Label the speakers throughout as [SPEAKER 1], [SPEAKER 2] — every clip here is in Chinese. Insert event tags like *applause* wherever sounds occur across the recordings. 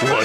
[SPEAKER 1] 我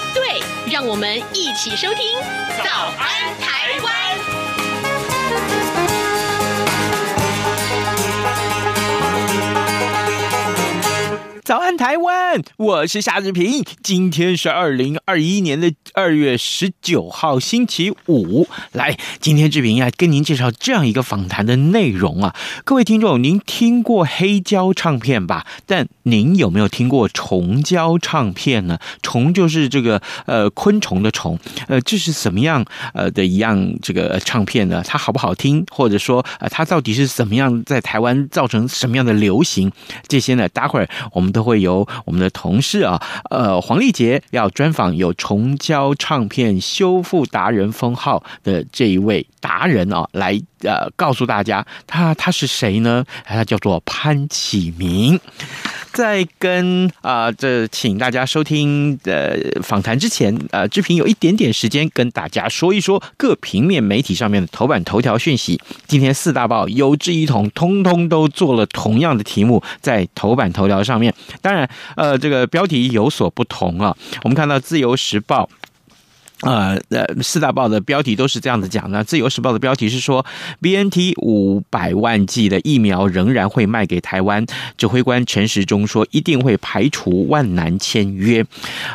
[SPEAKER 2] 对，让我们一起收听《早安台湾》。
[SPEAKER 3] 早安，台湾！我是夏志平。今天是二零二一年的二月十九号，星期五。来，今天志平要跟您介绍这样一个访谈的内容啊。各位听众，您听过黑胶唱片吧？但您有没有听过虫胶唱片呢？虫就是这个呃昆虫的虫，呃，这是什么样呃的一样这个呃唱片呢？它好不好听，或者说呃它到底是怎么样在台湾造成什么样的流行？这些呢，待会儿我们都会由我们的同事啊，呃，黄丽杰要专访有重胶唱片修复达人封号的这一位达人啊，来呃告诉大家他他是谁呢？他叫做潘启明。在跟啊、这请大家收听呃访谈之前，呃，志平有一点点时间跟大家说一说各平面媒体上面的头版头条讯息。今天四大报有志一同，通通都做了同样的题目在头版头条上面。当然，呃，这个标题有所不同啊。我们看到《自由时报》。呃呃，四大报的标题都是这样子讲的。《自由时报》的标题是说，BNT 五百万剂的疫苗仍然会卖给台湾，指挥官陈时中说一定会排除万难签约。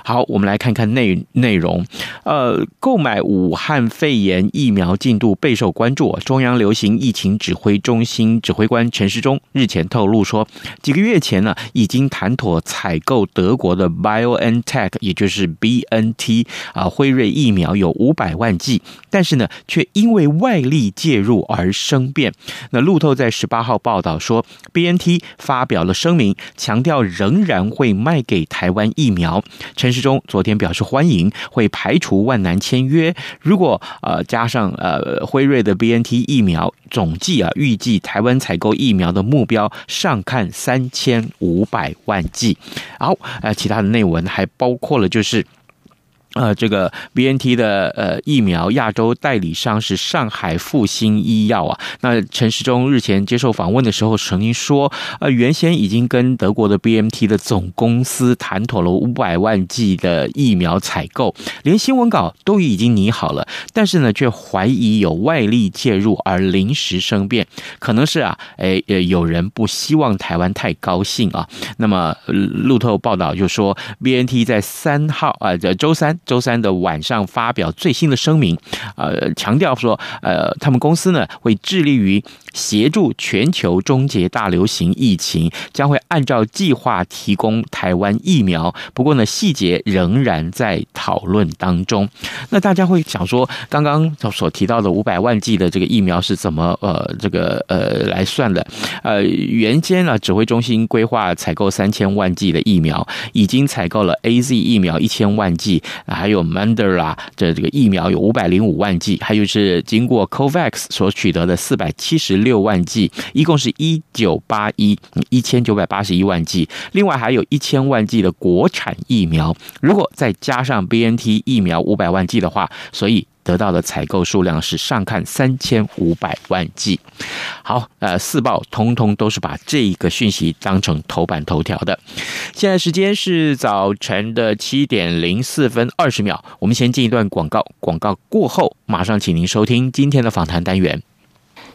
[SPEAKER 3] 好，我们来看看内内容。呃，购买武汉肺炎疫苗进度备受关注。中央流行疫情指挥中心指挥官陈时中日前透露说，几个月前呢，已经谈妥采购德国的 BioNTech，也就是 BNT 啊，辉瑞疫苗有五百万剂，但是呢，却因为外力介入而生变。那路透在十八号报道说，BNT 发表了声明，强调仍然会卖给台湾疫苗。陈时中昨天表示欢迎，会排除万难签约。如果呃加上呃辉瑞的 B N T 疫苗，总计啊预计台湾采购疫苗的目标上看三千五百万剂。好，呃，其他的内文还包括了就是。呃，这个 B N T 的呃疫苗亚洲代理商是上海复星医药啊。那陈时中日前接受访问的时候曾经说，呃，原先已经跟德国的 B M T 的总公司谈妥了五百万剂的疫苗采购，连新闻稿都已经拟好了，但是呢，却怀疑有外力介入而临时生变，可能是啊，哎呃，有人不希望台湾太高兴啊。那么呃路透报道就说，B N T 在三号啊，呃周三周三的晚上发表最新的声明，呃，强调说，呃，他们公司呢会致力于协助全球终结大流行疫情，将会按照计划提供台湾疫苗。不过呢，细节仍然在讨论当中。那大家会想说，刚刚所提到的五百万剂的这个疫苗是怎么呃这个呃来算的？呃，原先呢，指挥中心规划采购三千万剂的疫苗，已经采购了 A Z 疫苗一千万剂，还有 Mandela 的这个疫苗有五百零五万剂，还有是经过 COVAX 所取得的四百七十六万剂，一共是一九八一嗯一千九百八十一万剂，另外还有一千万剂的国产疫苗，如果再加上 B N T 疫苗五百万剂的话，所以。得到的采购数量是上看三千五百万剂。好，呃，四报通通都是把这一个讯息当成头版头条的。现在时间是早晨的七点零四分二十秒，我们先进一段广告，广告过后马上请您收听今天的访谈单元。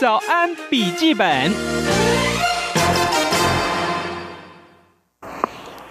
[SPEAKER 3] 早安笔记本。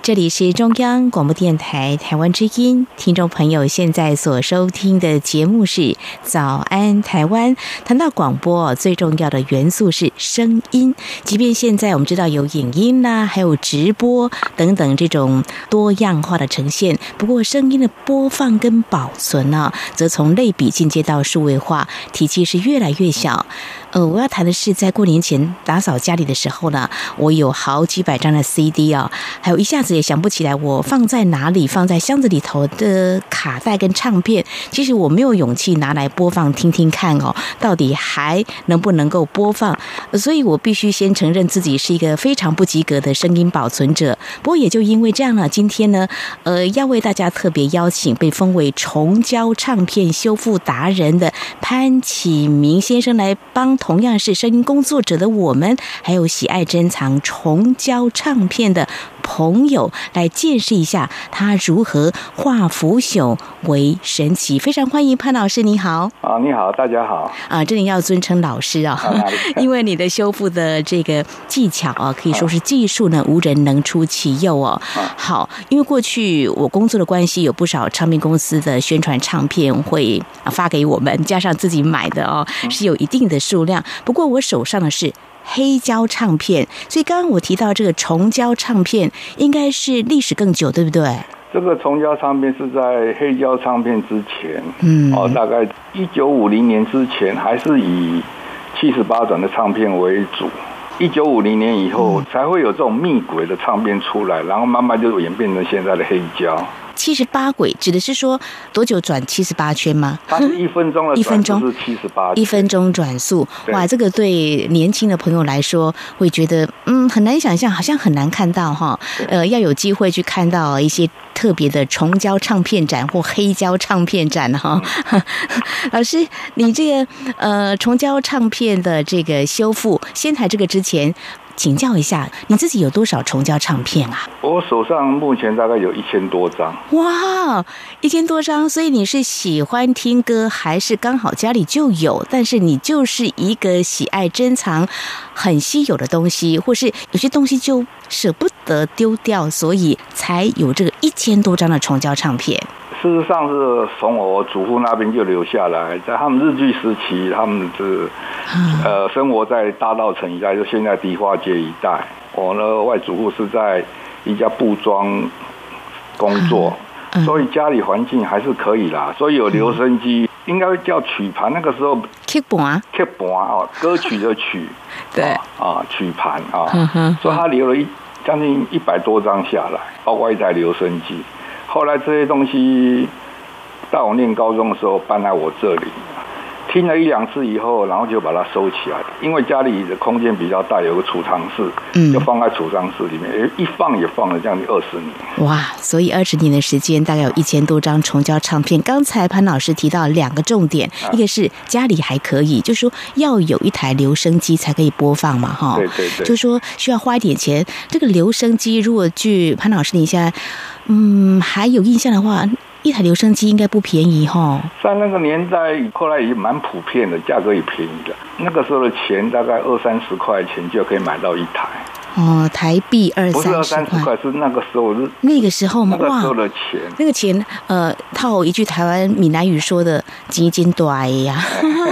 [SPEAKER 4] 这里是中央广播电台台湾之音，听众朋友现在所收听的节目是《早安台湾》。谈到广播，最重要的元素是声音，即便现在我们知道有影音啦、还有直播等等这种多样化的呈现，不过声音的播放跟保存呢、则从类比进阶到数位化，体积是越来越小。呃，我要谈的是，在过年前打扫家里的时候呢，我有好几百张的 CD 哦，还有一下子也想不起来我放在哪里，放在箱子里头的卡带跟唱片，其实我没有勇气拿来播放听听看哦，到底还能不能够播放？呃所以我必须先承认自己是一个非常不及格的声音保存者。不过也就因为这样呢，今天呢，呃，要为大家特别邀请被封为重胶唱片修复达人的潘启明先生来帮同样是声音工作者的我们，还有喜爱珍藏重胶唱片的朋友来见识一下他如何化腐朽为神奇。非常欢迎潘老师，你好
[SPEAKER 5] 啊，你好，大
[SPEAKER 4] *laughs*
[SPEAKER 5] 家好。
[SPEAKER 4] 啊，这里要尊称老师啊、
[SPEAKER 5] 啊哪里 *laughs*
[SPEAKER 4] 因为你的修复的这个技巧啊，可以说是技术呢无人能出其右哦。好，因为过去我工作的关系，有不少唱片公司的宣传唱片会啊发给我们，加上自己买的哦，是有一定的数量。不过我手上的是。黑胶唱片，所以刚刚我提到这个重胶唱片，应该是历史更久，对不对？
[SPEAKER 5] 这个重胶唱片是在黑胶唱片之前，
[SPEAKER 4] 嗯
[SPEAKER 5] 哦，大概一九五零年之前还是以七十八转的唱片为主。一九五零年以
[SPEAKER 4] 嗯
[SPEAKER 5] 后才会有这种密轨的唱片出来，然后慢慢就演变成现在的黑胶。
[SPEAKER 4] 七十八轨指的是说多久转七十八圈吗？
[SPEAKER 5] 它是一分钟的
[SPEAKER 4] 一分
[SPEAKER 5] 转
[SPEAKER 4] 钟
[SPEAKER 5] 速是七十八，
[SPEAKER 4] 一分钟转速，
[SPEAKER 5] 啊对
[SPEAKER 4] 哇，这个对年轻的朋友来说，会觉得嗯很难想象，好像很难看到哈。呃，要有机会去看到一些特别的重胶唱片展或黑胶唱片展哈。 *laughs* 老师，你这个呃重胶唱片的这个修复，先谈这个之前，请教一下你自己有多少重胶唱片啊？
[SPEAKER 5] 我手上目前大概有一千多张，
[SPEAKER 4] 哇，一千多张，所以你是喜欢听歌，还是刚好家里就有？但是你就是一个喜爱珍藏很稀有的东西，或是有些东西就舍不得丢掉，所以才有这个一千多张的重胶唱片。
[SPEAKER 5] 事实上是从我祖父那边就留下来，在他们日据时期，他们是呃生活在大稻城一带，就现在迪化街一带。我呢，外祖父是在一家布庄工作，
[SPEAKER 4] 嗯
[SPEAKER 5] 所以家里环境还是可以啦。所以有留声机，应该叫曲盘，那个时候
[SPEAKER 4] K 本啊，
[SPEAKER 5] 曲盘哦，歌曲的曲
[SPEAKER 4] 对
[SPEAKER 5] 啊，曲盘啊。
[SPEAKER 4] 嗯哼，
[SPEAKER 5] 所以他留了一将近一百多张下来，包括一台留声机。后来这些东西到我念高中的时候搬来我这里，听了一两次以后，然后就把它收起来，因为家里的空间比较大，有个储藏
[SPEAKER 4] 嗯
[SPEAKER 5] 室，就放在储藏室里面，诶一放也放了将近二十年。
[SPEAKER 4] 哇！所以二十年的时间，大概有一千多张重胶唱片。刚才潘老师提到两个重点，一个是家里还可以，就说要有一台留声机才可以播放嘛，哈。
[SPEAKER 5] 对对对
[SPEAKER 4] 就说需要花一点钱。这个留声机，如果据潘老师你现在，嗯，还有印象的话，一台留声机应该不便宜哈。
[SPEAKER 5] 在那个年代，后来也蛮普遍的，价格也便宜的。那个时候的钱大概二三十块钱就可以买到一台，
[SPEAKER 4] 哦，台币二
[SPEAKER 5] 不是二
[SPEAKER 4] 三十
[SPEAKER 5] 三十
[SPEAKER 4] 块，
[SPEAKER 5] 块，是那个时候是
[SPEAKER 4] 那个时候嘛
[SPEAKER 5] 那，个
[SPEAKER 4] 哇
[SPEAKER 5] 时，候的钱。
[SPEAKER 4] 那个钱，呃，套一句台湾闽南语说的“几斤短
[SPEAKER 5] *laughs*
[SPEAKER 4] 呀”，。
[SPEAKER 5] 二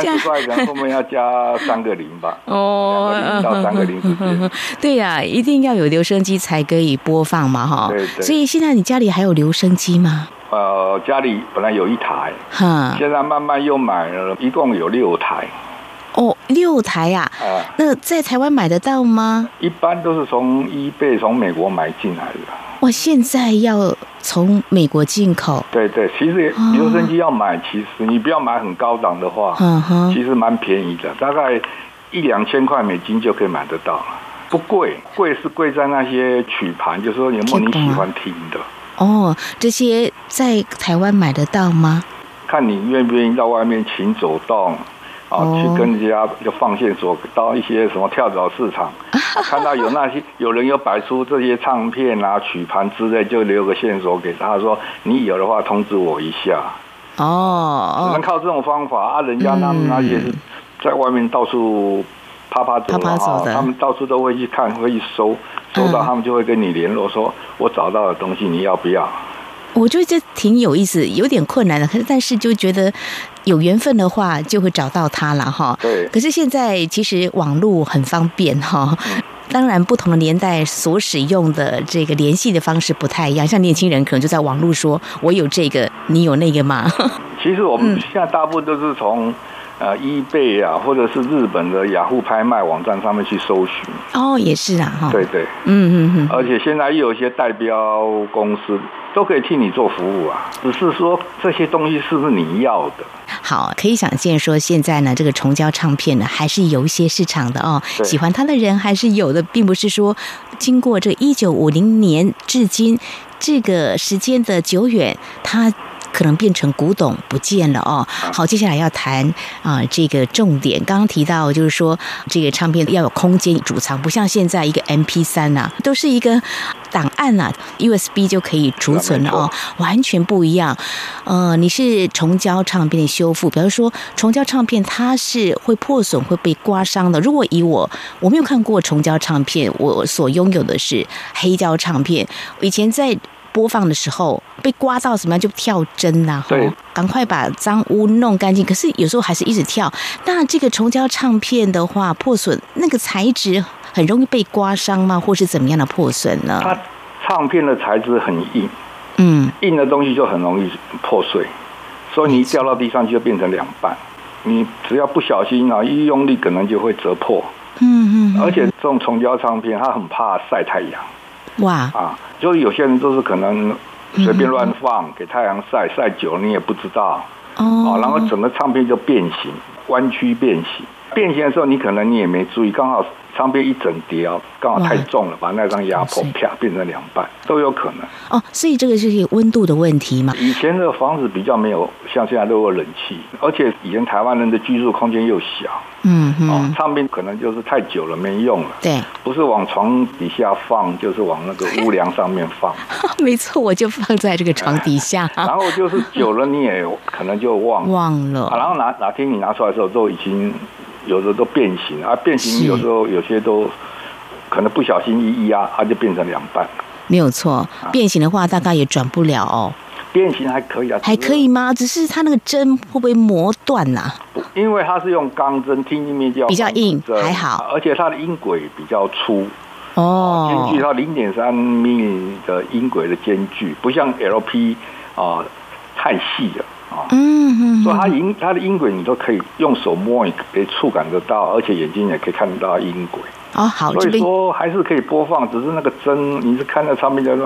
[SPEAKER 5] 三十块，可能后面要加三个零吧
[SPEAKER 4] *laughs* 哦，
[SPEAKER 5] 两个零到三个零之间
[SPEAKER 4] 对呀、一定要有留声机才可以播放嘛，哈。
[SPEAKER 5] 对对
[SPEAKER 4] 所以现在你家里还有留声机吗？
[SPEAKER 5] 呃，家里本来有一台，
[SPEAKER 4] 哈，
[SPEAKER 5] 现在慢慢又买了，一共有六台。
[SPEAKER 4] 哦，六台呀、
[SPEAKER 5] 啊、
[SPEAKER 4] 那在台湾买得到吗？
[SPEAKER 5] 一般都是从 eBay 从美国买进来的。
[SPEAKER 4] 哇，现在要从美国进口，
[SPEAKER 5] 对对，其实也
[SPEAKER 4] 哦
[SPEAKER 5] 留声机要买，其实你不要买很高档的话，
[SPEAKER 4] 嗯哼，
[SPEAKER 5] 其实蛮便宜的，大概一两千块美金就可以买得到了。不贵，贵是贵在那些曲盘，就是说有没有你喜欢听的。
[SPEAKER 4] 哦，这些在台湾买得到吗？
[SPEAKER 5] 看你愿不愿意到外面请走动。啊，
[SPEAKER 4] 哦
[SPEAKER 5] 去跟人家就放线索到一些什么跳蚤市
[SPEAKER 4] *laughs*
[SPEAKER 5] 场，看到有那些有人有摆出这些唱片啊、曲盘之类，就留个线索给他说，你有的话通知我一下。只
[SPEAKER 4] 哦
[SPEAKER 5] 能
[SPEAKER 4] 哦，
[SPEAKER 5] 靠这种方法啊，人家他们那些是在外面到处啪啪走
[SPEAKER 4] 啪啪
[SPEAKER 5] 了
[SPEAKER 4] 走
[SPEAKER 5] 哈，
[SPEAKER 4] 的嗯
[SPEAKER 5] 他们到处都会去看，会去搜，搜到他们就会跟你联络说，我找到的东西你要不要？
[SPEAKER 4] 我觉得这挺有意思，有点困难的，可是但是就觉得有缘分的话就会找到他了哈。
[SPEAKER 5] 对
[SPEAKER 4] 可是现在其实网络很方便哈。当然，不同的年代所使用的这个联系的方式不太一样，像年轻人可能就在网络说“我有这个，你有那个 *laughs* 嘛。
[SPEAKER 5] 其实我们现在大部分都是从。呃，eBay 啊，或者是日本的雅虎拍卖网站上面去搜寻，”
[SPEAKER 4] 哦，也是啊哈。
[SPEAKER 5] 对，对，
[SPEAKER 4] 嗯嗯嗯，
[SPEAKER 5] 而且现在又有一些代标公司都可以替你做服务啊，只是说这些东西是不是你要的？
[SPEAKER 4] 好，可以想见说现在呢，这个重胶唱片呢还是有一些市场的哦，
[SPEAKER 5] 对
[SPEAKER 4] 喜欢它的人还是有的，并不是说经过这一九五零年至今这个时间的久远，它。可能变成古董不见了哦。好，接下来要谈啊、这个重点。刚刚提到就是说，这个唱片要有空间储藏，不像现在一个 M P 三呐，都是一个档案呐、u S B 就可以储存了哦，完全不一样。呃，你是重胶唱片的修复，比方说重胶唱片它是会破损、会被刮伤的。如果以我我没有看过重胶唱片，我所拥有的是黑胶唱片。我以前在播放的时候被刮到什么样就跳针呐、吼
[SPEAKER 5] 对
[SPEAKER 4] 赶快把脏污弄干净。可是有时候还是一直跳。那这个重胶唱片的话，破损那个材质很容易被刮伤吗？或是怎么样的破损呢？
[SPEAKER 5] 它唱片的材质很硬，
[SPEAKER 4] 嗯，
[SPEAKER 5] 硬的东西就很容易破碎，所以你掉到地上就变成两半。你只要不小心啊，一用力可能就会折破。嗯嗯。而且这种重胶唱片，它很怕晒太阳
[SPEAKER 4] 哇，
[SPEAKER 5] 啊，就是有些人就是可能
[SPEAKER 4] 嗯
[SPEAKER 5] 随便乱放，给太阳晒，晒久了你也不知道
[SPEAKER 4] 哦
[SPEAKER 5] 啊，然后整个唱片就变形，弯曲变形。变形的时候，你可能你也没注意，刚好唱片一整叠哦，刚好太
[SPEAKER 4] 哇
[SPEAKER 5] 重了，把那张压迫
[SPEAKER 4] 哇塞，
[SPEAKER 5] 啪变成两半，都有可能。
[SPEAKER 4] 哦，所以这个就是温度的问题嘛。
[SPEAKER 5] 以前的房子比较没有像现在都有冷气，而且以前台湾人的居住空间又小，
[SPEAKER 4] 嗯
[SPEAKER 5] 哦
[SPEAKER 4] 嗯，，
[SPEAKER 5] 唱片可能就是太久了没用了，
[SPEAKER 4] *laughs* 对，
[SPEAKER 5] 不是往床底下放，就是往那个屋梁上面放，
[SPEAKER 4] 没错，我就放在这个床底下，
[SPEAKER 5] 然后就是久了你也可能就忘了，
[SPEAKER 4] *laughs* 忘
[SPEAKER 5] 啊、
[SPEAKER 4] 了。
[SPEAKER 5] 然后哪哪天你拿出来的时候都已经有的都变形了啊，变
[SPEAKER 4] 是
[SPEAKER 5] 形有时候有些都可能不小心一压，它就变成两半，
[SPEAKER 4] 没有错，变形的话大概也转不了哦，
[SPEAKER 5] 变形还可以啊，
[SPEAKER 4] 还
[SPEAKER 5] 只是
[SPEAKER 4] 可以吗？只是它那个针会不会磨断呐、
[SPEAKER 5] 不因为它是用钢针，听音面叫
[SPEAKER 4] 比较硬
[SPEAKER 5] 钢针啊
[SPEAKER 4] 还好
[SPEAKER 5] 而且它的音轨比较粗，间
[SPEAKER 4] 哦
[SPEAKER 5] 距，它零点三 mm 的音轨的间距，不像 LP 啊、太细了啊。
[SPEAKER 4] 嗯
[SPEAKER 5] 所
[SPEAKER 4] 嗯，
[SPEAKER 5] 以它音它的音轨你都可以用手摸，也可以触感得到，而且眼睛也可以看得到音轨。
[SPEAKER 4] 哦好，
[SPEAKER 5] 所
[SPEAKER 4] 这
[SPEAKER 5] 以
[SPEAKER 4] 边 *laughs*
[SPEAKER 5] 说还是可以播放，只是那个针，你是看到上面在那，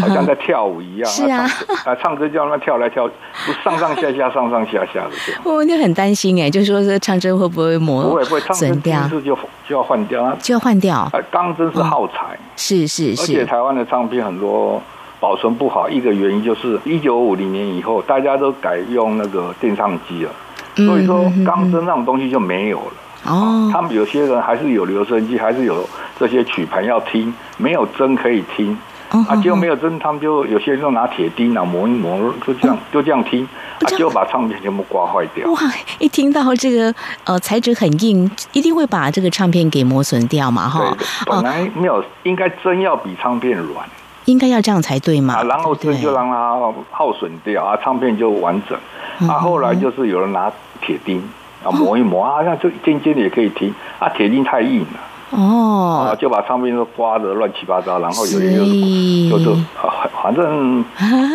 [SPEAKER 5] 好像在跳舞一样。
[SPEAKER 4] 是啊
[SPEAKER 5] 那唱歌，啊唱歌叫那跳来跳，不上上下下上上下下的这样。
[SPEAKER 4] 我就很担心哎，就说这唱针会不会
[SPEAKER 5] 不
[SPEAKER 4] 磨
[SPEAKER 5] 会不会，唱
[SPEAKER 4] 损
[SPEAKER 5] 针第一
[SPEAKER 4] 掉，
[SPEAKER 5] 次就就要换掉啊！
[SPEAKER 4] 就要换掉？
[SPEAKER 5] 啊，钢针是耗材，
[SPEAKER 4] 是是
[SPEAKER 5] 而且
[SPEAKER 4] 是，
[SPEAKER 5] 台湾的唱片很多保存不好，一个原因就是一九五零年以后大家都改用那个电唱机了，
[SPEAKER 4] 嗯
[SPEAKER 5] 所以说
[SPEAKER 4] 嗯嗯
[SPEAKER 5] 钢针那种东西就没有了。
[SPEAKER 4] 哦，
[SPEAKER 5] 他们有些人还是有留声机，还是有这些曲盘要听，没有针可以听。
[SPEAKER 4] 哦
[SPEAKER 5] 啊，结果没有针，他们就有些人就拿铁钉啊磨一磨，就这样就这样听，啊，结果把唱片全部刮坏掉。
[SPEAKER 4] 哇，一听到这个呃材质很硬，一定会把这个唱片给磨损掉嘛
[SPEAKER 5] 对
[SPEAKER 4] 哈
[SPEAKER 5] 的，，
[SPEAKER 4] 哦
[SPEAKER 5] 本，来没有，应该针要比唱片软
[SPEAKER 4] 应该要这样才对嘛，
[SPEAKER 5] 啊，然后
[SPEAKER 4] 对
[SPEAKER 5] 针
[SPEAKER 4] 不
[SPEAKER 5] 就
[SPEAKER 4] 对
[SPEAKER 5] 让它耗损掉啊，唱片就完整。啊，后来就是有人拿铁钉啊磨一磨啊，那就尖尖的也可以听啊，铁钉太硬了啊，
[SPEAKER 4] 哦，
[SPEAKER 5] 就把唱片都刮得乱七八糟，然后有人
[SPEAKER 4] 所以
[SPEAKER 5] 就就是啊反正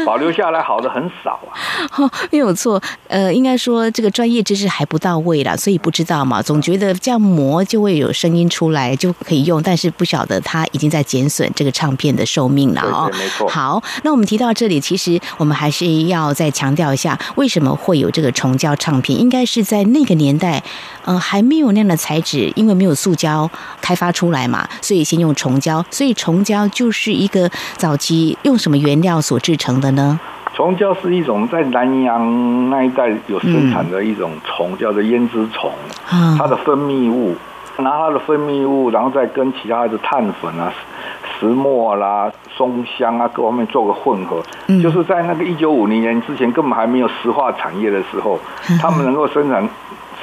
[SPEAKER 5] 保留下来好的很少啊。
[SPEAKER 4] 哦， *laughs* 没有错，呃，应该说这个专业知识还不到位啦，所以不知道嘛，总觉得这样磨就会有声音出来就可以用，但是不晓得它已经在减损这个唱片的寿命了哦。
[SPEAKER 5] 对对没错
[SPEAKER 4] 好，那我们提到这里，其实我们还是要再强调一下，为什么会有这个重胶唱片？应该是在那个年代，呃，还没有那样的材质，因为没有塑胶开发出来嘛，所以先用重胶，所以重胶就是一个早期用什么原料所制成的呢？
[SPEAKER 5] 虫胶是一种在南洋那一带有生产的一种虫，叫做胭脂虫，
[SPEAKER 4] 啊
[SPEAKER 5] 它的分泌物，拿它的分泌物，然后再跟其他的碳粉啊、石墨啦、松香啊各方面做个混合，
[SPEAKER 4] 嗯
[SPEAKER 5] 就是在那个一九五零年之前根本还没有石化产业的时候，他们能够生产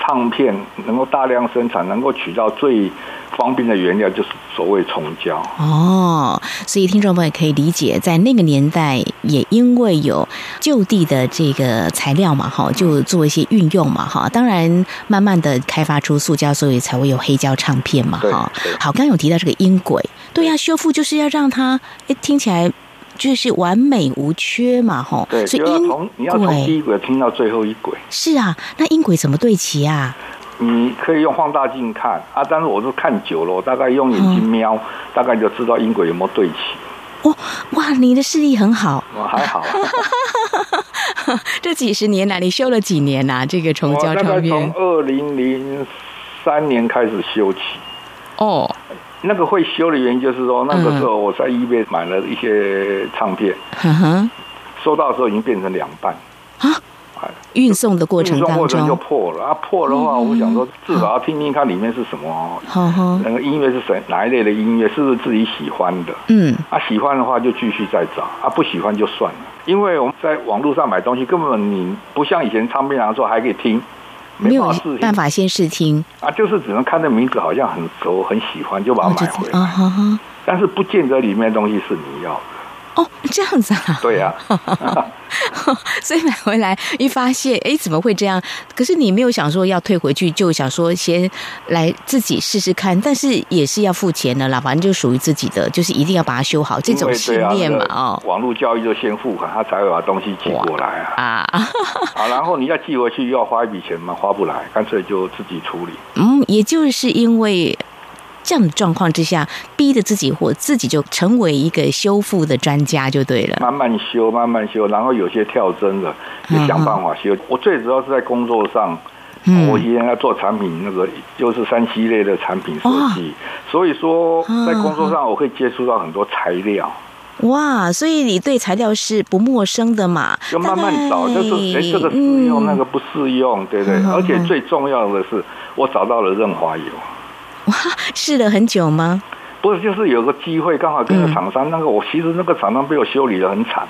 [SPEAKER 5] 唱片，能够大量生产，能够取到最方便的原料，就是所谓虫胶。
[SPEAKER 4] 哦，所以听众朋友也可以理解，在那个年代也因为有就地的这个材料嘛，哈，就做一些运用嘛，哈。当然，慢慢的开发出塑胶，所以才会有黑胶唱片嘛，
[SPEAKER 5] 对
[SPEAKER 4] 哈
[SPEAKER 5] 对。
[SPEAKER 4] 好，刚刚有提到这个音轨，对呀、修复就是要让它诶听起来就是完美无缺嘛，哈。
[SPEAKER 5] 对，
[SPEAKER 4] 所
[SPEAKER 5] 就
[SPEAKER 4] 以
[SPEAKER 5] 要
[SPEAKER 4] 音
[SPEAKER 5] 从你要从第
[SPEAKER 4] 轨
[SPEAKER 5] 一轨听到最后一轨，
[SPEAKER 4] 是啊，那音轨怎么对齐啊？
[SPEAKER 5] 你可以用放大镜看啊，但是我是看久了，我大概用眼睛瞄，大概就知道音轨有没有对齐。
[SPEAKER 4] 哦，哇，你的视力很好， *laughs*
[SPEAKER 5] 我还好、啊，
[SPEAKER 4] 这几十年来你修了几年呐、啊这个
[SPEAKER 5] 我
[SPEAKER 4] 重胶
[SPEAKER 5] 大概
[SPEAKER 4] 唱
[SPEAKER 5] 从
[SPEAKER 4] 片
[SPEAKER 5] 二零零三年开始修起。
[SPEAKER 4] 哦，
[SPEAKER 5] 那个会修的原因就是说，那个时
[SPEAKER 4] 嗯
[SPEAKER 5] 候我在 eBay 买了一些唱片，
[SPEAKER 4] 呵呵。
[SPEAKER 5] 收到的时候已经变成两半，
[SPEAKER 4] 运送的过程
[SPEAKER 5] 运送
[SPEAKER 4] 当
[SPEAKER 5] 过程就
[SPEAKER 4] 中，嗯
[SPEAKER 5] 破了啊！破的话，我想说至少要听听看里面是什么，
[SPEAKER 4] 好好，
[SPEAKER 5] 那个音乐是谁哪一类的音乐，是不是自己喜欢的？
[SPEAKER 4] 嗯，
[SPEAKER 5] 啊，喜欢的话就继续再找，啊，不喜欢就算了。因为我们在网络上买东西，根本你不像以前唱片行的时候还可以听，
[SPEAKER 4] 没有
[SPEAKER 5] 办法试
[SPEAKER 4] 办
[SPEAKER 5] 听
[SPEAKER 4] 法先试听，
[SPEAKER 5] 啊，就是只能看这名字好像很熟很喜欢，就把它
[SPEAKER 4] 哦，就
[SPEAKER 5] 买回
[SPEAKER 4] 啊
[SPEAKER 5] 来。
[SPEAKER 4] 哈哈，
[SPEAKER 5] 但是不见得里面的东西是你要的，
[SPEAKER 4] 哦，这样子啊， *laughs*
[SPEAKER 5] 对呀、
[SPEAKER 4] 所以买回来一发现，哎，怎么会这样？可是你没有想说要退回去，就想说先来自己试试看，但是也是要付钱的啦，反正就属于自己的，就是一定要把它修好，这
[SPEAKER 5] 因
[SPEAKER 4] 种
[SPEAKER 5] 为
[SPEAKER 4] 信
[SPEAKER 5] 对啊
[SPEAKER 4] 念嘛，
[SPEAKER 5] 那个
[SPEAKER 4] 哦，
[SPEAKER 5] 网络教育就先付款，他才会把东西寄过来啊。
[SPEAKER 4] 啊， *laughs*
[SPEAKER 5] 啊，然后你要寄回去又要花一笔钱嘛，花不来，干脆就自己处理。
[SPEAKER 4] 嗯，也就是因为。这样的状况之下，逼得自己或自己就成为一个修复的专家就对了。
[SPEAKER 5] 慢慢修，慢慢修，然后有些跳针了，也想办法修。我最主要是在工作上，
[SPEAKER 4] 嗯
[SPEAKER 5] 我以前要做产品，那个就是三 C 类的产品设计，所以说
[SPEAKER 4] 啊
[SPEAKER 5] 在工作上我会接触到很多材料，
[SPEAKER 4] 哇，所以你对材料是不陌生的嘛？
[SPEAKER 5] 就慢慢找，
[SPEAKER 4] 大概
[SPEAKER 5] 就是哎这个适用，那
[SPEAKER 4] 嗯
[SPEAKER 5] 个不适用，对不对？
[SPEAKER 4] 嗯嗯
[SPEAKER 5] 而且
[SPEAKER 4] 嗯
[SPEAKER 5] 最重要的是，我找到了润滑油。
[SPEAKER 4] 试了很久吗？
[SPEAKER 5] 不是，就是有个机会，刚好跟
[SPEAKER 4] 嗯
[SPEAKER 5] 个厂商，那个我其实那个厂商被我修理的很
[SPEAKER 4] *laughs*
[SPEAKER 5] 惨。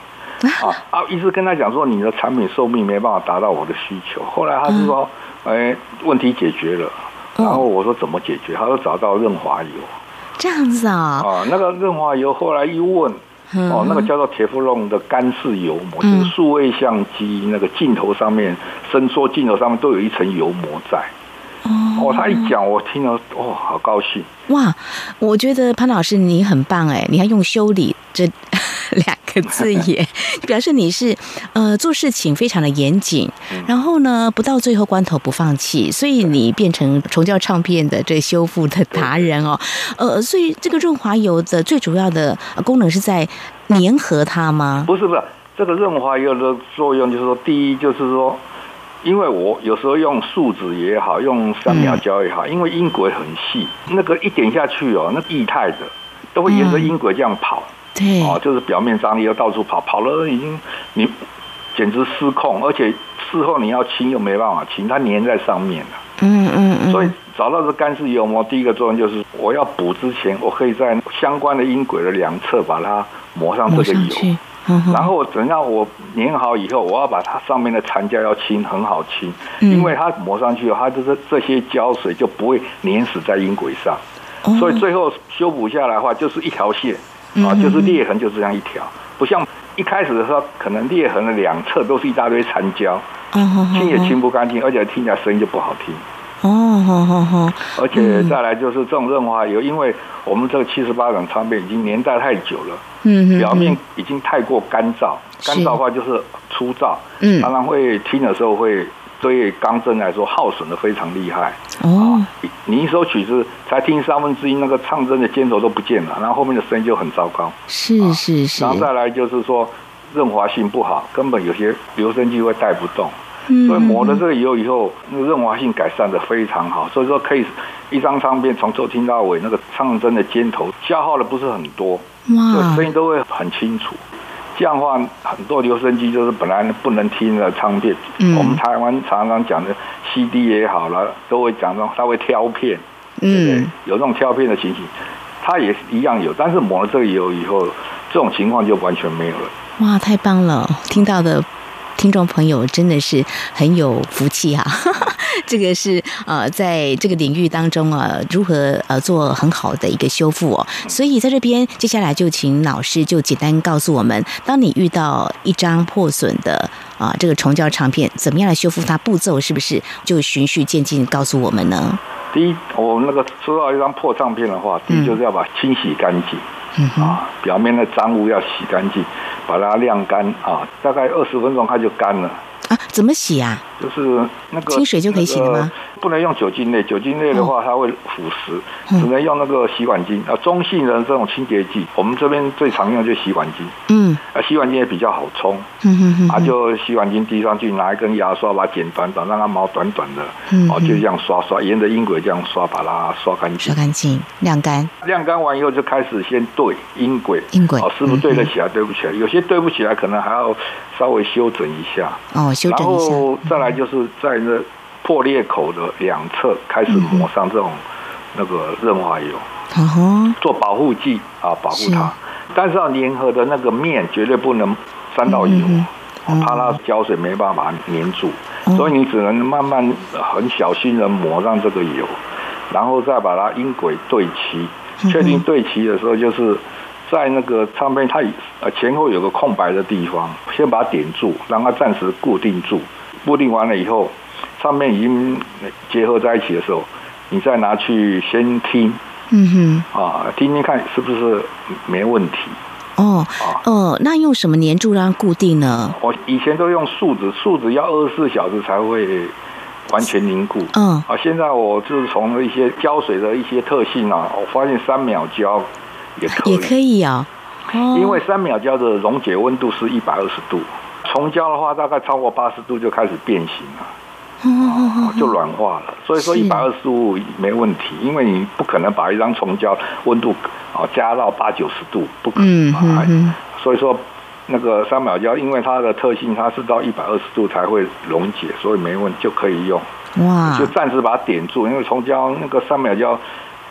[SPEAKER 5] 啊啊！一直跟他讲说你的产品寿命没办法达到我的需求，后来他就说，哎、问题解决了。
[SPEAKER 4] 嗯
[SPEAKER 5] 然后我说怎么解决？他说找到润滑油
[SPEAKER 4] 这样子啊、
[SPEAKER 5] 啊，那个润滑油后来一问，
[SPEAKER 4] 嗯
[SPEAKER 5] 哦，那个叫做铁氟龙的干式油膜，就是数位相机那个镜头上面、伸缩镜头上面都有一层油膜在。哦，他一讲我听了，哦，好高兴。
[SPEAKER 4] 哇，我觉得潘老师你很棒哎，你还用“修理”这 *laughs* 两个字
[SPEAKER 5] *laughs*
[SPEAKER 4] 眼，表示你是呃做事情非常的严谨，
[SPEAKER 5] 嗯
[SPEAKER 4] 然后呢不到最后关头不放弃，所以你变成虫胶唱片的这修复的达人哦。呃，所以这个润滑油的最主要的呃功能是在粘合它吗？
[SPEAKER 5] 不是不是，这个润滑油的作用就是说，第一就是说，因为我有时候用树脂也好，用三秒胶也
[SPEAKER 4] 嗯
[SPEAKER 5] 好，因为音轨很细，那个一点下去哦，那液态的都会沿着音轨这样跑、
[SPEAKER 4] 对，
[SPEAKER 5] 哦，就是表面张力要到处跑，跑了已经你简直失控，而且事后你要清又没办法清，它粘在上面了。
[SPEAKER 4] 嗯嗯嗯，
[SPEAKER 5] 所以找到这干式油膜，第一个作用就是我要补之前，我可以在相关的音轨的两侧把它抹上这
[SPEAKER 4] 抹
[SPEAKER 5] 个
[SPEAKER 4] 上
[SPEAKER 5] 油。
[SPEAKER 4] 去，嗯哼
[SPEAKER 5] 然后等到我粘好以后，我要把它上面的残胶要清，很好清，
[SPEAKER 4] 嗯
[SPEAKER 5] 因为它抹上去，它就是这些胶水就不会粘死在音轨上，
[SPEAKER 4] 哦
[SPEAKER 5] 所以最后修补下来的话，就是一条线
[SPEAKER 4] 嗯
[SPEAKER 5] 啊，就是裂痕就这样一条，不像一开始的时候可能裂痕的两侧都是一大堆残胶，
[SPEAKER 4] 嗯哼
[SPEAKER 5] 清也
[SPEAKER 4] 哼
[SPEAKER 5] 清不干净，而且听起来声音就不好听。
[SPEAKER 4] 哦，好好好，
[SPEAKER 5] 而且
[SPEAKER 4] 嗯
[SPEAKER 5] 再来就是这种润滑油，因为我们这个七十八种唱片已经年代太久了，
[SPEAKER 4] 嗯，嗯
[SPEAKER 5] 表面已经太过干燥，
[SPEAKER 4] 是
[SPEAKER 5] 干燥的话就是粗糙，
[SPEAKER 4] 嗯
[SPEAKER 5] 常常会听的时候会对钢针来说耗损的非常厉害。
[SPEAKER 4] 哦，
[SPEAKER 5] 你你一首曲子才听三分之一，那个唱针的尖头都不见了，然后后面的声音就很糟糕。
[SPEAKER 4] 是是是
[SPEAKER 5] 然，后再来就是说润滑性不好，根本有些留声机会带不动。
[SPEAKER 4] 嗯
[SPEAKER 5] 所以抹了这个油以后，那个润滑性改善的非常好，所以说可以一张唱片从头听到尾，那个唱针的尖头消耗的不是很多，就
[SPEAKER 4] 哇
[SPEAKER 5] 声，音都会很清楚。这样的话，很多留声机就是本来不能听的唱片，
[SPEAKER 4] 嗯
[SPEAKER 5] 我们台湾常常讲的 CD 也好了，都会讲到它会挑片，对不对
[SPEAKER 4] 嗯，
[SPEAKER 5] 有这种挑片的情形，它也一样有，但是抹了这个油以后，这种情况就完全没有了。
[SPEAKER 4] 哇，太棒了！听到的听众朋友真的是很有福气啊！ *laughs* 这个是呃，在这个领域当中啊，如何呃做很好的一个修复哦。所以在这边，接下来就请老师就简单告诉我们，当你遇到一张破损的啊、这个虫胶唱片，怎么样来修复它？步骤是不是就循序渐进地告诉我们呢？
[SPEAKER 5] 第一，我们那个收到一张破唱片的话，第一就是要把它清洗干净。
[SPEAKER 4] 嗯哼，
[SPEAKER 5] 啊，表面的脏污要洗干净，把它晾干啊，大概二十分钟它就干了。
[SPEAKER 4] 啊，怎么洗啊？
[SPEAKER 5] 就是那个
[SPEAKER 4] 清水就可以洗了吗？哦
[SPEAKER 5] 那个不能用酒精类，酒精类的话它会腐蚀，
[SPEAKER 4] 嗯
[SPEAKER 5] 只能用那个洗碗巾啊，中性的这种清洁剂，我们这边最常用就是洗碗巾
[SPEAKER 4] 嗯
[SPEAKER 5] 啊，洗碗巾也比较好冲
[SPEAKER 4] 嗯哼哼
[SPEAKER 5] 啊，
[SPEAKER 4] 哼，
[SPEAKER 5] 就洗碗巾滴上去，拿一根牙刷把它剪短短，让它毛短短的，
[SPEAKER 4] 嗯
[SPEAKER 5] 哦，
[SPEAKER 4] 嗯
[SPEAKER 5] 就这样刷刷，沿着音轨这样刷，把它刷干净
[SPEAKER 4] 刷。干净、晾干。
[SPEAKER 5] 晾干完以后就开始先对音轨，
[SPEAKER 4] 音轨嗯
[SPEAKER 5] 哦，是不是对得起来？对不起来？有些对不起来，可能还要稍微修整一下。
[SPEAKER 4] 哦，修整
[SPEAKER 5] 然
[SPEAKER 4] 一下。
[SPEAKER 5] 后再来就是在那破裂口的两侧开始抹上这种那个润滑油，
[SPEAKER 4] 嗯哼，
[SPEAKER 5] 做保护剂啊，保护它
[SPEAKER 4] 是。
[SPEAKER 5] 但是要粘合的那个面绝对不能沾到油，
[SPEAKER 4] 嗯嗯嗯
[SPEAKER 5] 怕它胶水没办法粘住，
[SPEAKER 4] 嗯
[SPEAKER 5] 所以你只能慢慢呃很小心的抹上这个油，然后再把它音轨对
[SPEAKER 4] 嗯
[SPEAKER 5] 齐。确定对齐的时候，就是在那个唱片它呃前后有个空白的地方，先把它点住，让它暂时固定住。固定完了以后，唱片已经结合在一起的时候，你再拿去先听。
[SPEAKER 4] 嗯
[SPEAKER 5] 啊，听听看是不是没问题。
[SPEAKER 4] 哼，哦，
[SPEAKER 5] 啊
[SPEAKER 4] 哦，那用什么粘住让它固定呢？
[SPEAKER 5] 我以前都用树脂，树脂要二十四小时才会完全凝固。
[SPEAKER 4] 嗯
[SPEAKER 5] 啊，现在我就是从一些胶水的一些特性啊，我发现三秒胶也可以，
[SPEAKER 4] 也可以啊、哦，
[SPEAKER 5] 因为三秒胶的溶解温度是一百二十度，重胶的话大概超过八十度就开始变形了。
[SPEAKER 4] 哦，
[SPEAKER 5] 就软化了。所以说
[SPEAKER 4] 是
[SPEAKER 5] 一百二十五没问题，因为你不可能把一张虫胶温度啊加到八九十度，不可能
[SPEAKER 4] 嗯
[SPEAKER 5] 嘛。
[SPEAKER 4] 嗯
[SPEAKER 5] 哎
[SPEAKER 4] 嗯
[SPEAKER 5] 所以说那个三秒胶，因为它的特性，它是到一百二十度才会溶解，所以没问就可以用，
[SPEAKER 4] 嗯哇
[SPEAKER 5] 就，暂时把它点住，因为虫胶那个三秒胶。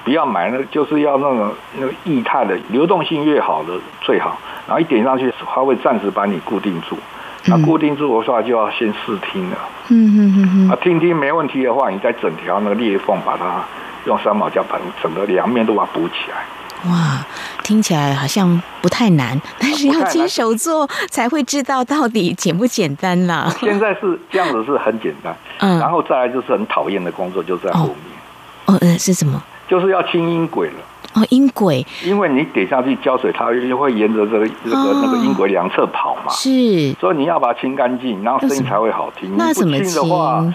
[SPEAKER 5] 不要买那个，就是要那种那个液态的，流动性越好的最好。然后一点上去，它会暂时把你固定住。那固定住的话，就要先试听了。
[SPEAKER 4] 嗯嗯嗯
[SPEAKER 5] 啊，听听没问题的话，你再整条那个裂缝把它用三毛胶把整个两面都把它补起来。
[SPEAKER 4] 嗯，哇，听起来好像不太难， *laughs* 但是
[SPEAKER 5] 不
[SPEAKER 4] 要
[SPEAKER 5] 太难
[SPEAKER 4] 亲手做才会知道到底简不简单啦。 *laughs*
[SPEAKER 5] 现在是这样子是很简单，
[SPEAKER 4] 嗯
[SPEAKER 5] 然后再来就是很讨厌的工作就在后面，
[SPEAKER 4] 哦，呃，是什么？
[SPEAKER 5] 就是要清音轨了。
[SPEAKER 4] 哦，音轨
[SPEAKER 5] 因为你点下去胶水，它就会沿着这个这个那个音轨两侧跑嘛，
[SPEAKER 4] 是
[SPEAKER 5] 所以你要把它清干净，然后声音才会好听。
[SPEAKER 4] 那
[SPEAKER 5] 你不
[SPEAKER 4] 怎么
[SPEAKER 5] 清的话
[SPEAKER 4] 清，？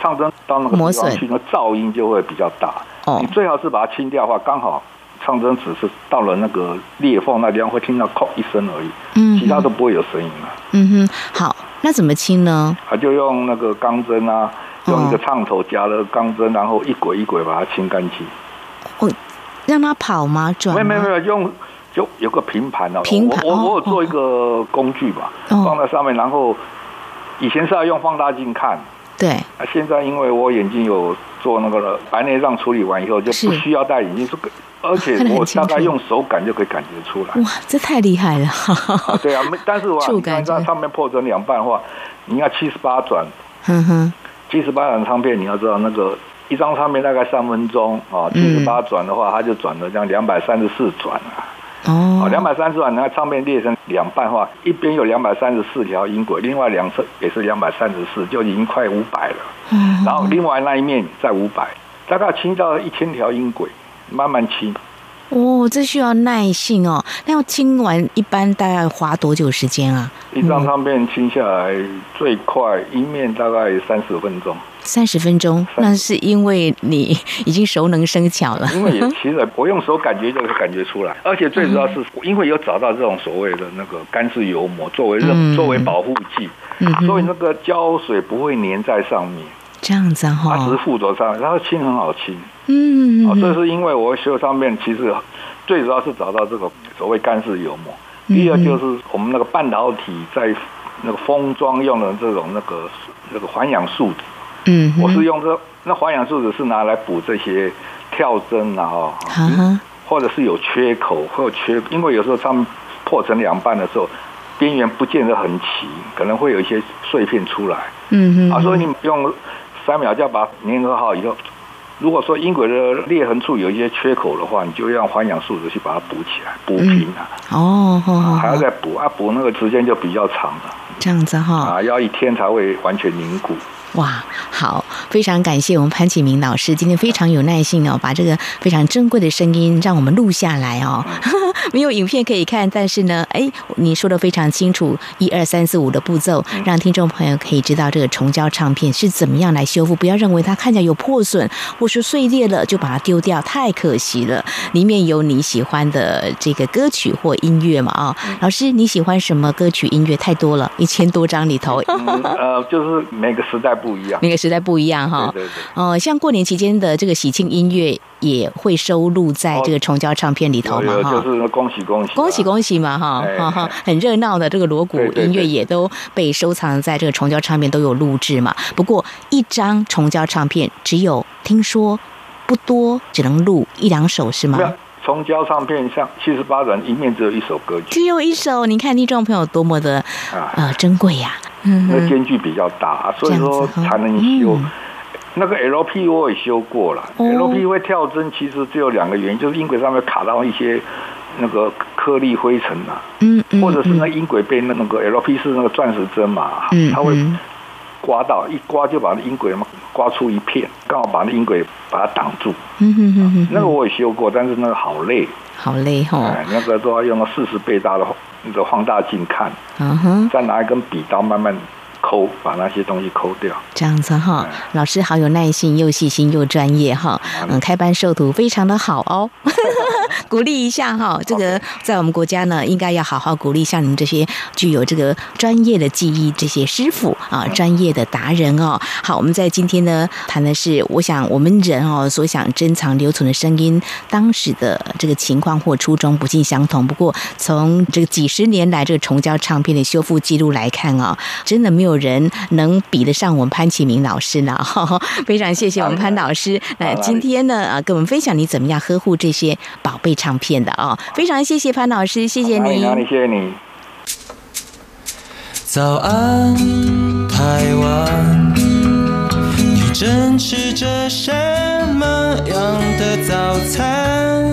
[SPEAKER 5] 唱针到那个
[SPEAKER 4] 磨
[SPEAKER 5] 地
[SPEAKER 4] 损
[SPEAKER 5] 方去，那噪音就会比较大。
[SPEAKER 4] 哦
[SPEAKER 5] 你最好是把它清掉的话，刚好唱针只是到了那个裂缝那地方会听到“哐”一声而已，
[SPEAKER 4] 嗯
[SPEAKER 5] 其他都不会有声音了。
[SPEAKER 4] 嗯哼，好，那怎么清呢？
[SPEAKER 5] 啊，就用那个钢针啊，用一个
[SPEAKER 4] 哦
[SPEAKER 5] 唱头夹了钢针，然后一轨一轨把它清干净。
[SPEAKER 4] 哦，让它跑吗？转
[SPEAKER 5] 没
[SPEAKER 4] 吗？
[SPEAKER 5] 有没有没有用。就有个平盘哦，
[SPEAKER 4] 平盘
[SPEAKER 5] 我
[SPEAKER 4] 哦
[SPEAKER 5] 我我有做一个工具吧，
[SPEAKER 4] 哦
[SPEAKER 5] 放在上面，然后以前是要用放大镜看，
[SPEAKER 4] 对，
[SPEAKER 5] 啊，现在因为我眼睛有做那个白内障处理完以后，就是不需要戴眼镜，这个而
[SPEAKER 4] *laughs*
[SPEAKER 5] 且
[SPEAKER 4] 看得很
[SPEAKER 5] 我
[SPEAKER 4] 清
[SPEAKER 5] 大
[SPEAKER 4] 楚
[SPEAKER 5] 概用手感就可以感觉出来。
[SPEAKER 4] 哇，这太厉害了！ *laughs*
[SPEAKER 5] 啊，对啊，没，但是我
[SPEAKER 4] 触
[SPEAKER 5] 你
[SPEAKER 4] 感
[SPEAKER 5] 看
[SPEAKER 4] 真
[SPEAKER 5] 它
[SPEAKER 4] 的
[SPEAKER 5] 上面破成两半的话，你要七十八转，
[SPEAKER 4] 哼哼，
[SPEAKER 5] 七十八转唱片，你要知道那个一张唱片大概三分钟
[SPEAKER 4] 嗯
[SPEAKER 5] 啊，七十八转的话，它就转了这样两百三十四转啊，
[SPEAKER 4] 哦，
[SPEAKER 5] 两百三十转，那唱片裂成两半的话，一边有两百三十四条音轨，另外两侧也是两百三十四，就已经快五百了。
[SPEAKER 4] 嗯
[SPEAKER 5] 然后另外那一面再五百，大概清到一千条音轨，慢慢清。
[SPEAKER 4] 哦，这需要耐性哦。那要清完一般大概花多久时间啊？
[SPEAKER 5] 一张唱片清下来最快一面大概三十分钟，
[SPEAKER 4] 三十分钟，
[SPEAKER 5] 分
[SPEAKER 4] 那是因为你已经熟能生巧了。
[SPEAKER 5] *laughs* 因为也其实我用手感觉就可以感觉出
[SPEAKER 4] 嗯
[SPEAKER 5] 来，而且最主要是因为有找到这种所谓的那个干式油膜作为
[SPEAKER 4] 嗯
[SPEAKER 5] 任作为保护剂，
[SPEAKER 4] 嗯
[SPEAKER 5] 所以
[SPEAKER 4] 哼，
[SPEAKER 5] 那个胶水不会粘在上面，
[SPEAKER 4] 这样子哈、
[SPEAKER 5] 它只是
[SPEAKER 4] 哦，
[SPEAKER 5] 附着上来，它清很好清。
[SPEAKER 4] 嗯，
[SPEAKER 5] 哦，
[SPEAKER 4] 嗯
[SPEAKER 5] 这
[SPEAKER 4] 嗯
[SPEAKER 5] 是因为我修上面其实最主要是找到这个所谓干式油膜，
[SPEAKER 4] 嗯
[SPEAKER 5] 第二就是我们那个半导体在那个封装用的这种那个那个环氧树脂，
[SPEAKER 4] 嗯哼，
[SPEAKER 5] 我哦是用这那环氧树脂是拿来补这些跳针啊，哦
[SPEAKER 4] 哈哈，
[SPEAKER 5] 或者是有缺口或缺，因为有时候它们破成两半的时候，边缘不见得很齐，可能会有一些碎片出来。
[SPEAKER 4] 嗯
[SPEAKER 5] 啊，
[SPEAKER 4] 哼，
[SPEAKER 5] 所以你用三秒就要把它粘合好以后，如果说音轨的裂痕处有一些缺口的话，你就要用环氧树脂去把它补起来，补平啊，
[SPEAKER 4] 哦，好好
[SPEAKER 5] 还
[SPEAKER 4] 好
[SPEAKER 5] 要，再补啊，补那个时间就比较长了
[SPEAKER 4] 这样子哈、
[SPEAKER 5] 啊，要一天才会完全凝固。
[SPEAKER 4] 哇，好，非常感谢我们潘启明老师，今天非常有耐心哦，把这个非常珍贵的声音让我们录下来哦。 *laughs* 没有影片可以看，但是呢，哎，你说的非常清楚，一二三四五的步骤，让听众朋友可以知道这个重胶唱片是怎么样来修复，不要认为它看起来有破损或是碎裂了就把它丢掉，太可惜了。里面有你喜欢的这个歌曲或音乐嘛啊、老师你喜欢什么歌曲音乐？太多了，一千多张里头， *laughs*
[SPEAKER 5] 嗯，呃，就是每个时代不一样。
[SPEAKER 4] 那个时代不一样哈、
[SPEAKER 5] 对对对。
[SPEAKER 4] 哦，像过年期间的这个喜庆音乐也会收录在这个重胶唱片里头
[SPEAKER 5] 有
[SPEAKER 4] 哦嘛
[SPEAKER 5] 哦有，
[SPEAKER 4] 哈。
[SPEAKER 5] 呃就是恭喜恭喜、啊
[SPEAKER 4] 恭喜恭喜嘛哈，
[SPEAKER 5] 哎
[SPEAKER 4] 哈哈
[SPEAKER 5] 哎，
[SPEAKER 4] 很热闹的这个锣鼓
[SPEAKER 5] 对对
[SPEAKER 4] 音乐
[SPEAKER 5] 对
[SPEAKER 4] 也都被收藏在这个重胶唱片都有录制嘛。不过一张重胶唱片只有听说不多，只能录一两首是
[SPEAKER 5] 没有
[SPEAKER 4] 吗？，
[SPEAKER 5] 从胶唱片上七十八人一面只有一首歌曲
[SPEAKER 4] 只有一首，你看听众朋友多么的
[SPEAKER 5] 啊，
[SPEAKER 4] 呃珍贵呀、嗯
[SPEAKER 5] 那个
[SPEAKER 4] 哼，
[SPEAKER 5] 间距比较大，所以说
[SPEAKER 4] 这样子哈
[SPEAKER 5] 才能修
[SPEAKER 4] 嗯。
[SPEAKER 5] 那个 LP 我也修过了、
[SPEAKER 4] 哦
[SPEAKER 5] l p 会跳针，其实只有两个原因，就是音轨上面卡到一些那个颗粒灰尘啊，
[SPEAKER 4] 嗯嗯，
[SPEAKER 5] 或者是
[SPEAKER 4] 嗯
[SPEAKER 5] 那音轨被那个 LP 是那个钻石针嘛，
[SPEAKER 4] 嗯
[SPEAKER 5] 它会
[SPEAKER 4] 嗯
[SPEAKER 5] 刮到，一刮就把那音轨嘛刮出一片，刚好把那音轨把它挡住。
[SPEAKER 4] 嗯哼哼哼，
[SPEAKER 5] 那个我也修过，但是那个好累，
[SPEAKER 4] 好累哈、
[SPEAKER 5] 哎，那个都要用到四十倍大的那个放大镜看，
[SPEAKER 4] 嗯哼。
[SPEAKER 5] 再拿一根笔刀慢慢抠，把那些东西抠掉。
[SPEAKER 4] 这样子哈，老师好有耐心，又细心又专业哈，嗯，开班授徒非常的好哦，鼓励一下哈。这个在我们国家呢，应该要好好鼓励像你们这些具有这个专业的技艺这些师傅啊，专业的达人哦。好，我们在今天呢谈的是，我想我们人哦所想珍藏留存的声音，当时的这个情况或初衷不尽相同。不过从这个几十年来这个重胶唱片的修复记录来看啊、真的没有人能比得上我们潘启明老师了。 *laughs* 非常谢谢我们潘老师，那今天呢啊，跟我们分享你怎么样呵护这些宝贝唱片的啊、非常谢谢潘老师，谢谢
[SPEAKER 5] 哪里
[SPEAKER 4] 您
[SPEAKER 5] 哪。里，谢谢你。
[SPEAKER 6] 早安，台湾，你正吃着什么样的早餐？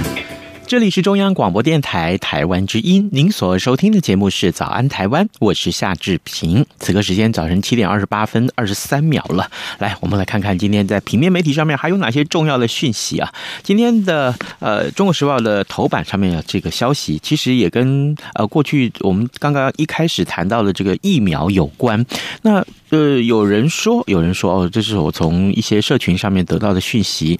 [SPEAKER 3] 这里是中央广播电台台湾之音，您所收听的节目是《早安台湾》，我是夏志平。此刻时间早晨七点二十八分二十三秒了，来，我们来看看今天在平面媒体上面还有哪些重要的讯息啊？今天的呃《中国时报》的头版上面有这个消息，其实也跟呃过去我们刚刚一开始谈到的这个疫苗有关。那呃，有人说，有人说哦，这是我从一些社群上面得到的讯息，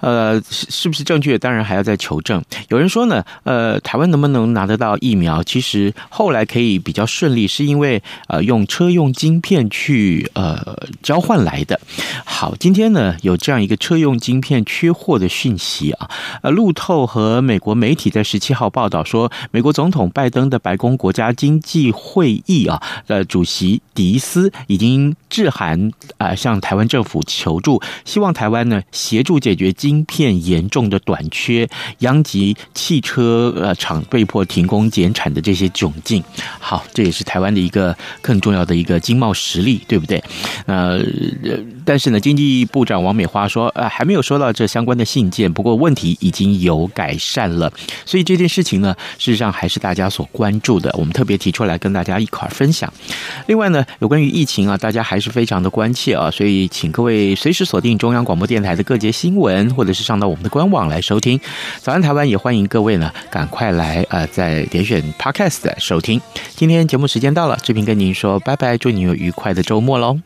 [SPEAKER 3] 呃，是是不是正确？当然还要再求证。有人说呢，呃，台湾能不能拿得到疫苗？其实后来可以比较顺利，是因为呃用车用晶片去呃交换来的。好，今天呢有这样一个车用晶片缺货的讯息啊，呃，路透和美国媒体在十七号报道说，美国总统拜登的白宫国家经济会议啊，呃，主席迪斯已经致函啊、呃向台湾政府求助，希望台湾呢协助解决晶片严重的短缺，殃及汽车呃厂被迫停工减产的这些窘境。好，这也是台湾的一个更重要的一个经贸实力，对不对？呃，呃但是呢，经济部长王美花说，呃，还没有收到这相关的信件，不过问题已经有改善了，所以这件事情呢，事实上还是大家所关注的，我们特别提出来跟大家一块儿分享。另外呢，有关于疫情啊，大家还是非常的关切啊，所以请各位随时锁定中央广播电台的各节新闻，或者是上到我们的官网来收听。早安台湾也欢迎各位呢，赶快来呃，在点选 Podcast 收听。今天节目时间到了，志平跟您说拜拜，祝您有愉快的周末喽。